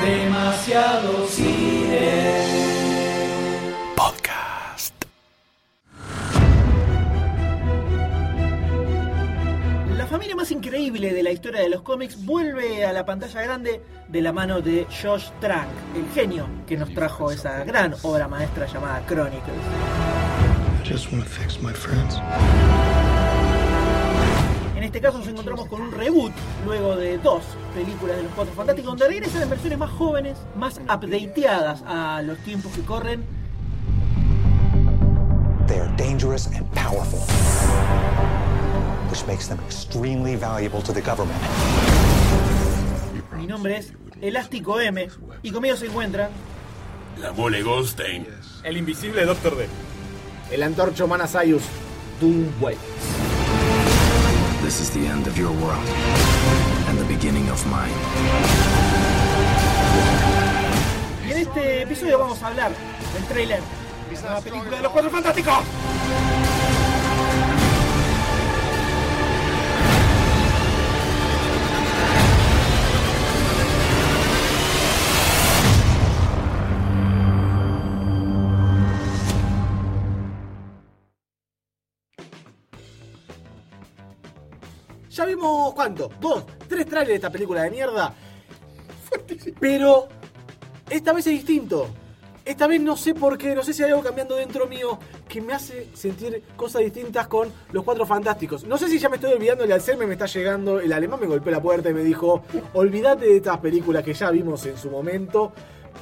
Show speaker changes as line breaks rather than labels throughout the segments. Demasiado cine.
La familia más increíble de la historia de los cómics vuelve a la pantalla grande de la mano de Josh Trank, el genio que nos trajo esa gran obra maestra llamada Chronicles.
I just want to fix my friends.
En este caso nos encontramos con un reboot luego de dos películas de los Cuatro Fantásticos donde regresan en versiones más jóvenes, más updateadas a los tiempos que corren.
They are dangerous and powerful, which makes them extremely valuable to the government.
Mi nombre es Elástico M y conmigo se encuentran
La mole Goldstein.
El invisible Doctor D.
El antorcho humana Sayus. Doomway.
This is the end of your world and the beginning of mine.
y en este episodio vamos a hablar del trailer de la película de los Cuatro Fantásticos.
Ya vimos cuánto, dos, tres trailers de esta película de mierda. Pero esta vez es distinto. Esta vez no sé por qué, no sé si hay algo cambiando dentro mío que me hace sentir cosas distintas con los cuatro fantásticos. No sé si ya me estoy olvidando, el Alzheimer me está llegando, el alemán me golpeó la puerta y me dijo, olvídate de estas películas que ya vimos en su momento.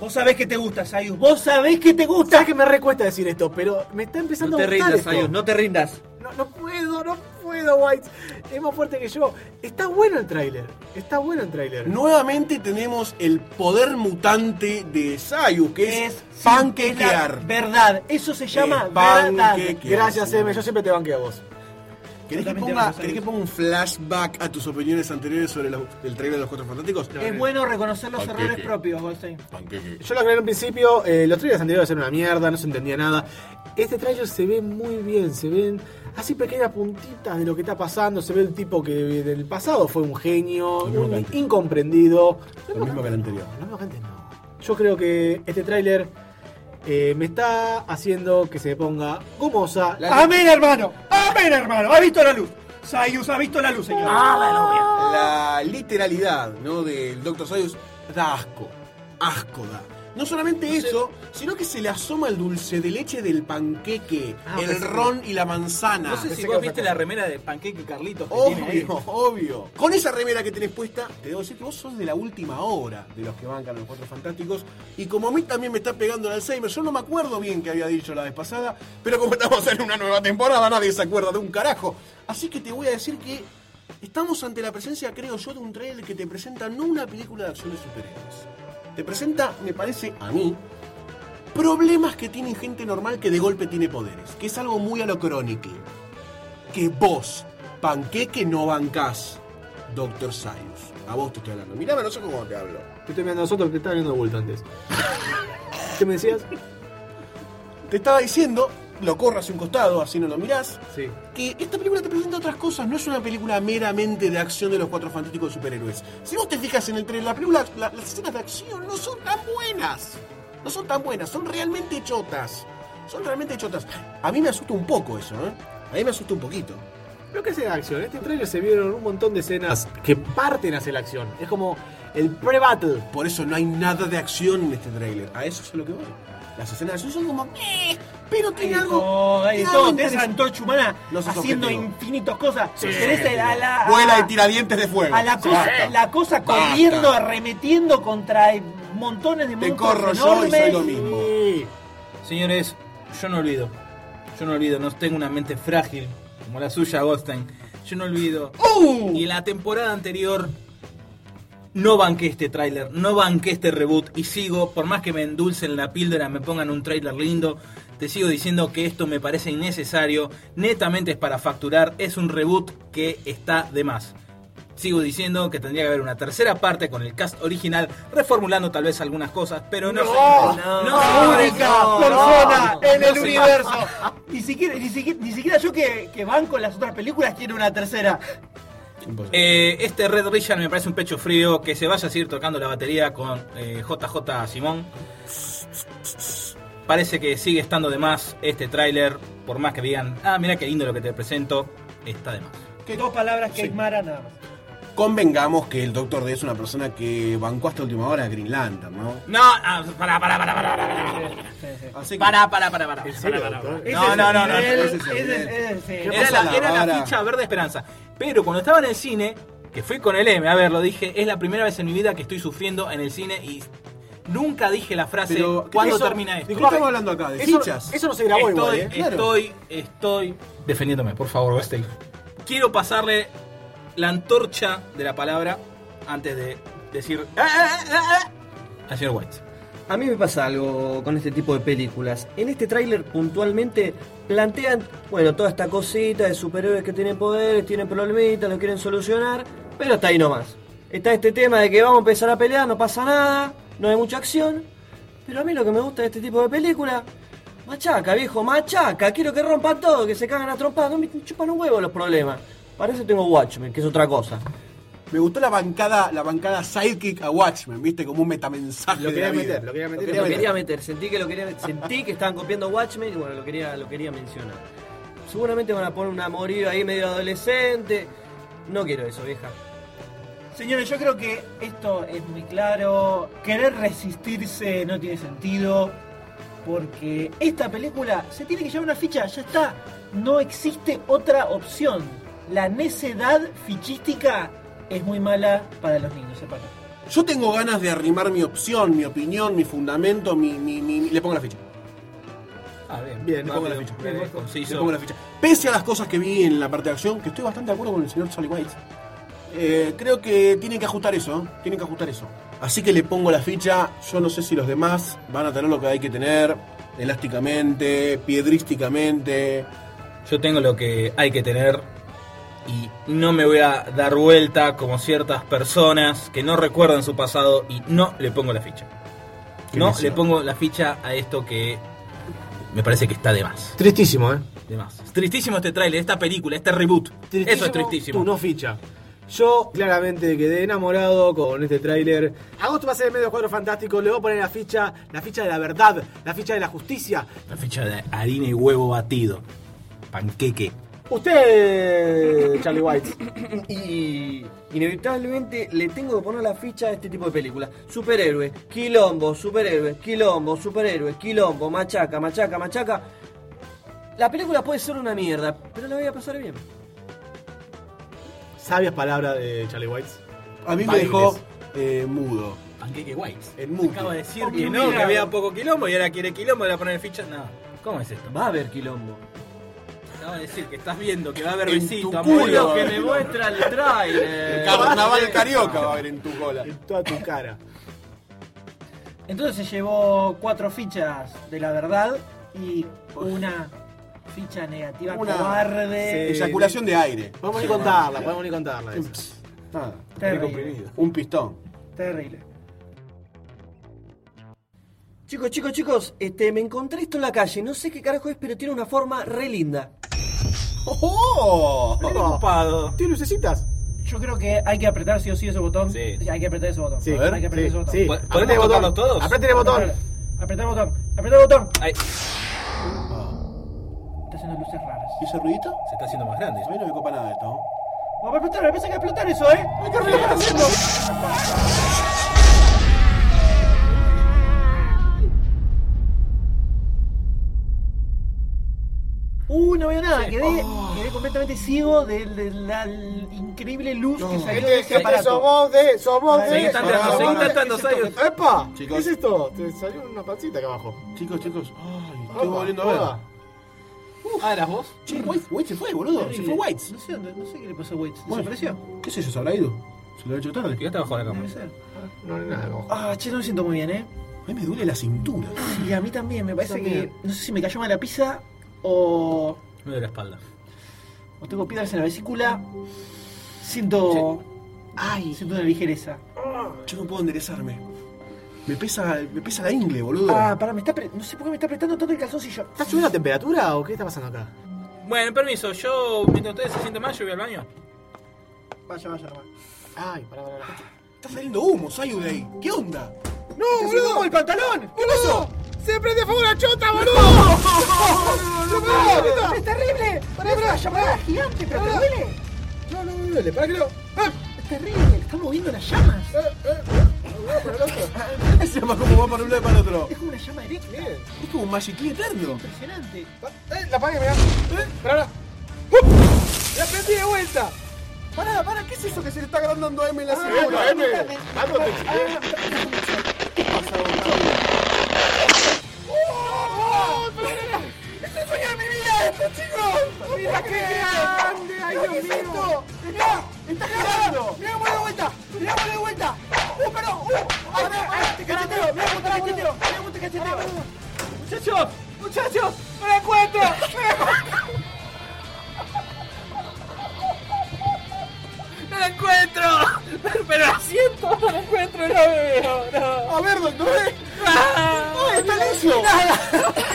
Vos sabés que te gusta, Sayus, vos sabés que te gusta.
Sabes que me recuesta decir esto, pero me está empezando
No te
a gustar
rindas,
esto.
Sayus, no te rindas.
No, no puedo, no puedo, White. Es más fuerte que yo. Está bueno el tráiler. Está bueno el tráiler.
Nuevamente tenemos el poder mutante de Sayu, que es,
sí,
panquequear.
es la verdad, eso se llama
Eh,
verdad.
panquequear.
Gracias, M. Yo siempre te banqueo a vos.
¿Querés que,
Totalmente
ponga,
vamos a
querés
ir.
que ponga un flashback a tus opiniones anteriores sobre la- el trailer de los Cuatro Fantásticos?
Es bueno reconocer los
Panqueque.
errores propios, Goldstein.
Ah,
Panqueque.
Yo lo aclaré en un principio. eh, los trailers anteriores eran una mierda, no se entendía nada. Este trailer se ve muy bien. Se ven así pequeñas puntitas de lo que está pasando. Se ve el tipo que del pasado fue un genio,
Lo mismo
un
que antes.
incomprendido.
Lo mismo que el anterior.
No, no, gente, no. Yo creo que este tráiler eh, me está haciendo que se me ponga gomosa. Ah, La-
Amén, hermano. Amén, hermano. Ha visto la luz. Sayus ha visto la luz, señor.
La literalidad ¿no? del Dr. Sayus da asco. Asco da. No solamente eso, sino que se le asoma el dulce de leche del panqueque,
Ah,
el
pensé que-
ron y la manzana.
No sé
pensé
si
que
vos
ibas a
viste
sacar.
la remera de Panqueque Carlitos que tiene ahí.
Obvio, obvio. Con esa remera que tenés puesta, te debo decir que vos sos de la última hora de los que bancan a los Cuatro Fantásticos. Y como a mí también me está pegando el Alzheimer, yo no me acuerdo bien que había dicho la vez pasada, pero como estamos en una nueva temporada, nadie se acuerda de un carajo. Así que te voy a decir que estamos ante la presencia, creo yo, de un trailer que te presenta no una película de acción de superhéroes. Te presenta, me parece a mí, problemas que tiene gente normal que de golpe tiene poderes, que es algo muy a lo Chronicle que vos, panqueque, no bancás, Doctor Sayus. A vos te estoy hablando. Mirame, no sé cómo te hablo.
Te estoy mirando a nosotros, te estaba viendo de vuelta antes. ¿Qué me decías?
Te estaba diciendo, lo corro hacia un costado, así no lo mirás,
Sí.
que esta película te presenta otras cosas. No es una película meramente de acción de los cuatro fantásticos superhéroes. Si vos te fijas en el trailer, la película, la- las escenas de acción no son tan buenas. No son tan buenas, son realmente chotas. Son realmente chotas. A mí me asusta un poco eso, ¿eh? A mí me asusta un poquito.
Lo que es la acción, en este trailer se vieron un montón de escenas que parten hacia la acción. Es como el pre-battle.
Por eso no hay nada de acción en este tráiler. A eso es a lo que voy. Las escenas de acción son como... "Eh", pero tiene algo...
Oh, ahí
tiene algo
todo, tenés a
interesante.
Antorcha Humana
No sos
haciendo
objetivo.
infinitas cosas. Tenés a la, a la- a-
Vuela y tira dientes de fuego.
a la cosa,
Basta.
la cosa
Basta.
corriendo, arremetiendo contra eh, montones de
Te
monstruos
corro yo y
enormes.
soy lo mismo.
Sí.
Señores, yo no olvido. Yo no olvido, no tengo una mente frágil como la suya, Goldstein. Yo no olvido. Y en la temporada anterior no banqué este tráiler, no banqué este reboot y sigo, por más que me endulcen la píldora, me pongan un tráiler lindo, te sigo diciendo que esto me parece innecesario, netamente es para facturar, es un reboot que está de más. Sigo diciendo que tendría que haber una tercera parte con el cast original, reformulando tal vez algunas cosas, pero no, señores, no, señores,
única
no,
persona
no,
en
no,
el
señores.
universo. Ni siquiera, ni siquiera, ni siquiera yo que, que banco en las otras películas quiero una tercera.
Imposible.
Eh, este Red Richard me parece un pecho frío que se vaya a seguir tocando la batería con eh, JJ Simón. Parece que sigue estando de más este tráiler, por más que digan, ah, mira qué lindo lo que te presento, está de más.
Dos palabras que
Sí.
Aymara nada más.
Convengamos que el Doctor D es una persona que bancó hasta última hora a Green Lantern, ¿no?
No, ah, pará, pará, pará, pará, pará,
Así que- eh,
pará, pará, pará, pará, pará,
¿En serio,
pará, pará,
Ah,
doctor?
pará.
Ese
No,
es
no,
el
no, no.
nivel,
ese es el
ese es-
nivel.
ese es el-
¿Qué
Era
pasa
la,
la
era la
vara?
ficha verde esperanza. Pero cuando estaba en el cine, que fui con el M a verlo, dije, es la primera vez en mi vida que estoy sufriendo en el cine y nunca dije la frase
Pero, ¿qué-
¿cuándo
eso-
termina esto?
¿de qué estamos hablando acá? ¿De
Eso,
fichas?
eso no se grabó igual,
estoy,
¿eh?
claro.
estoy, estoy defendiéndome, por favor, Westing. Quiero pasarle la antorcha de la palabra antes de decir "Ah, ah, ah, ah", al señor White.
A mí me pasa algo con este tipo de películas. En este tráiler puntualmente plantean, bueno, toda esta cosita de superhéroes que tienen poderes, tienen problemitas, lo quieren solucionar, pero está ahí nomás. Está este tema de que vamos a empezar a pelear, no pasa nada, no hay mucha acción. Pero a mí lo que me gusta de este tipo de película, machaca, viejo, machaca, quiero que rompan todo, que se cagan a trompadas, no me chupan un huevo los problemas. Para eso tengo Watchmen, que es otra cosa.
Me gustó la bancada, la bancada sidekick a Watchmen, viste, como un metamensaje.
Lo
de la
quería
vida.
meter, lo quería meter.
Lo
Quería
quería meter, sentí que lo quería met- sentí que estaban copiando Watchmen y bueno, lo quería, lo quería mencionar. Seguramente van a poner una amorío ahí medio adolescente. No quiero eso, vieja.
Señores, yo creo que esto es muy claro. Querer resistirse no tiene sentido. Porque esta película se tiene que llevar una ficha, ya está. No existe otra opción. La necedad fichística es muy mala para los niños, sepan.
Yo tengo ganas de arrimar mi opción, mi opinión, mi fundamento, mi. mi- mi- mi- Le pongo la ficha.
Ah, bien,
le pongo la ficha.
breve, eh, conciso.
Le pongo la ficha. Pese a las cosas que vi en la parte de acción, que estoy bastante de acuerdo con el señor Charlie White. eh, creo que tienen que ajustar eso, ¿eh? tienen que ajustar eso. Así que le pongo la ficha. Yo no sé si los demás van a tener lo que hay que tener, elásticamente, piedrísticamente.
Yo tengo lo que hay que tener y no me voy a dar vuelta como ciertas personas que no recuerdan su pasado y no le pongo la ficha.
Qué
No
necio.
le pongo la ficha a esto que me parece que está de más.
Tristísimo, ¿eh?
De más. Es Tristísimo este tráiler, esta película, este reboot. Eso es tristísimo.
Tú no ficha. Yo claramente quedé enamorado con este tráiler. Agosto va a ser el medio cuadro fantástico. Le voy a poner la ficha, la ficha de la verdad, la ficha de la justicia.
La ficha de harina y huevo batido. Panqueque.
Usted, Charlie White.
Y inevitablemente le tengo que poner la ficha a este tipo de películas. Superhéroe, quilombo, superhéroe, quilombo, superhéroe, quilombo, machaca, machaca, machaca. La película puede ser una mierda, pero la voy a pasar bien.
Sabias palabras de Charlie White.
A mí me
Bailes.
dejó eh, mudo.
Panqueque White.
El mute.
Acaba de decir que no, que había poco quilombo y ahora quiere quilombo, le va a poner ficha. No. ¿Cómo es esto?
Va a haber quilombo.
Acaba de decir que estás viendo que va a haber
En
besito,
tu
amor.
culo.
que me muestra el
Eh,
trailer.
Carnaval carioca va a haber en tu cola.
En toda tu cara.
Entonces se llevó cuatro fichas de la verdad y una ficha negativa
Una-
cobarde.
Sí.
Eyaculación de aire.
eh,
Podemos ni contarla, podemos ni contarla. esa.
Nada.
Terrible.
Un pistón.
Terrible.
Chicos, chicos, chicos, este, me encontré esto en la calle. No sé qué carajo es, pero tiene una forma re linda.
¡Oh!
Ocupado.
¿Tiene lucecitas?
Yo creo que hay que apretar sí o sí ese botón.
Sí.
Hay que apretar ese botón.
Sí.
Hay que apretar ese botón.
Sí.
¿Po-
Apriete
podemos
el botón.
tocarlos todos?
Apriete el botón.
Apretar el botón. Apretar el botón.
Ay,
Está haciendo luces raras.
¿Y ese ruidito?
se está haciendo más grande.
A mí no me copa nada de esto.
Va a explotar, me parece que va a explotar eso, ¿eh? ¡Ay, qué ruido que está haciendo! Uh, no veo nada, quedé,
Oh.
quedé completamente ciego de, de la increíble luz que salió
Este
de ese aparato.
Somos de, somos
Pará,
Seguí
de.
pará,
tanteando,
Pará,
seguí
pará.
tanteando, Sayos.
¡Epa!
Chicos.
¿Qué es esto? Te salió una pancita acá abajo.
Chicos, chicos. Ay,
Estoy
estoy volviendo a ver.
Ah, ¿eras vos?
Che, White, White se fue, boludo. Se fue White.
No sé, dónde- no sé qué le pasó a Waits.
Bueno.
¿Desapareció?
¿Qué sé yo? ¿Se habrá ido? Se lo he hecho tarde.
Fíjate abajo de la
Debe
cámara.
ser.
No, no, no.
Ah, che, no me siento muy bien, ¿eh?
A mí me duele la cintura.
Y a mí también, me parece que.
También.
No sé si me cayó mal la pizza o.
Me duele la espalda.
o tengo piedras en la vesícula. Siento. Ay, siento una ligereza.
Yo no puedo enderezarme. Me pesa, me pesa la ingle, boludo.
Ah, pará, me está apre- no sé por qué me está apretando tanto el calzoncillo.
¿Está subiendo la temperatura o qué está pasando acá?
Bueno, permiso, yo, mientras ustedes se sienten mal, yo voy al baño.
Vaya, vaya, vaya.
Ay, pará, pará, pará.
Está saliendo humo, Sayudei. ¿Qué onda?
¡No, boludo! el pantalón!
¿Qué pasó?
¡Se prende fuego la chota, boludo!
¡Es terrible! ¡Pará, pará! ¡Llamada gigante! ¿Pero te
Pará.
duele?
No, no me duele, pará que no. Ah,
¡Es terrible! ¡Está moviendo las llamas!
eh, eh, eh. Voy para el otro.
Se llama como va para un lado y para el otro.
Es como una llama erecta.
Bien.
Es como un Magic Key eterno.
Impresionante.
Va- Eh, la apagué, mirá. Eh, pará, pará. ¡Up! ¡La prendí de vuelta!
Pará, pará, ¿qué es eso que se le está agrandando a M en la
Bueno,
cebolla?
M, dándote- ¡Oh! ¡Perdona! ¡Es el sueño de mi vida esto, chicos! ¡Mira qué grande! ¡Ay, Dios mío! ¡Mirá! ¡Está girando! ¡Mirá cómo le da vuelta! ¡Mirá cómo le da vuelta! ¡Uh, perdón! ¡Uh! ¡Ay, ay, ay! ¡Te cacheteo! ¡Mirá cómo te cacheteo! ¡Mirá cómo te cacheteo! ¡Muchachos! ¡Muchachos! ¡Me la encuentro!
¡No la encuentro! ¡Pero la siento! ¡No la encuentro! ¡No veo! ¡No!
A ver, doctor. ¿eh?
¡Ah!
¡Ah, está liso!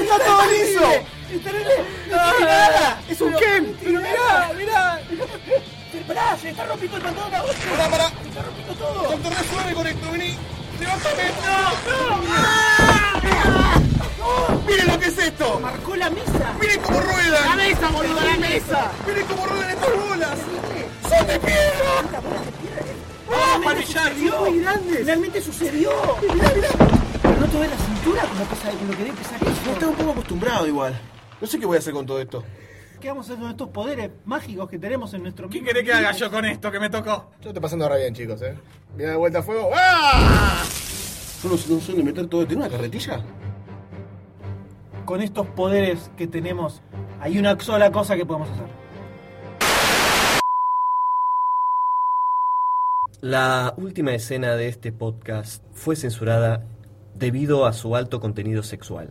¡Está todo liso!
¡Nada!
¡Es un Ken! ¡Pero mirá!
¡Mirá!
¡Pará! ¡Se está rompiendo el pantalón!
¡Pará, pará! ¡Está rompiendo todo! ¡Doctor, resuelve con esto! ¡Vení! ¡Levántame! ¡No, no! ¡Miren lo que es esto!
¡Marcó la mesa!
¡Miren cómo ruedan! ¡La mesa, boludo! ¡La mesa! ¡Miren cómo ruedan estas bolas! ¡Son de piedra!
¡Ah, ¡Muy grande! ¡Finalmente sucedió!
¡Mirá, mirá!
Pero no tuve la cintura como pesa, con lo que debe pesar
No
eso.
estaba un poco acostumbrado igual. No sé qué voy a hacer con todo esto.
¿Qué vamos a hacer con estos poderes mágicos que tenemos en nuestro
¿Qué querés que haga yo con esto que me tocó?
Yo estoy pasando ahora bien, chicos, eh. Mira de vuelta a fuego. ¡Ah!
Yo no, no sé dónde meter todo esto. ¿Tiene una carretilla?
Con estos poderes que tenemos, hay una sola cosa que podemos hacer.
La última escena de este podcast fue censurada debido a su alto contenido sexual.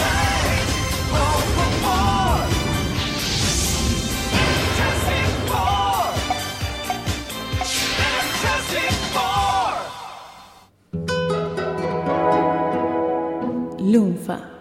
Lunfa.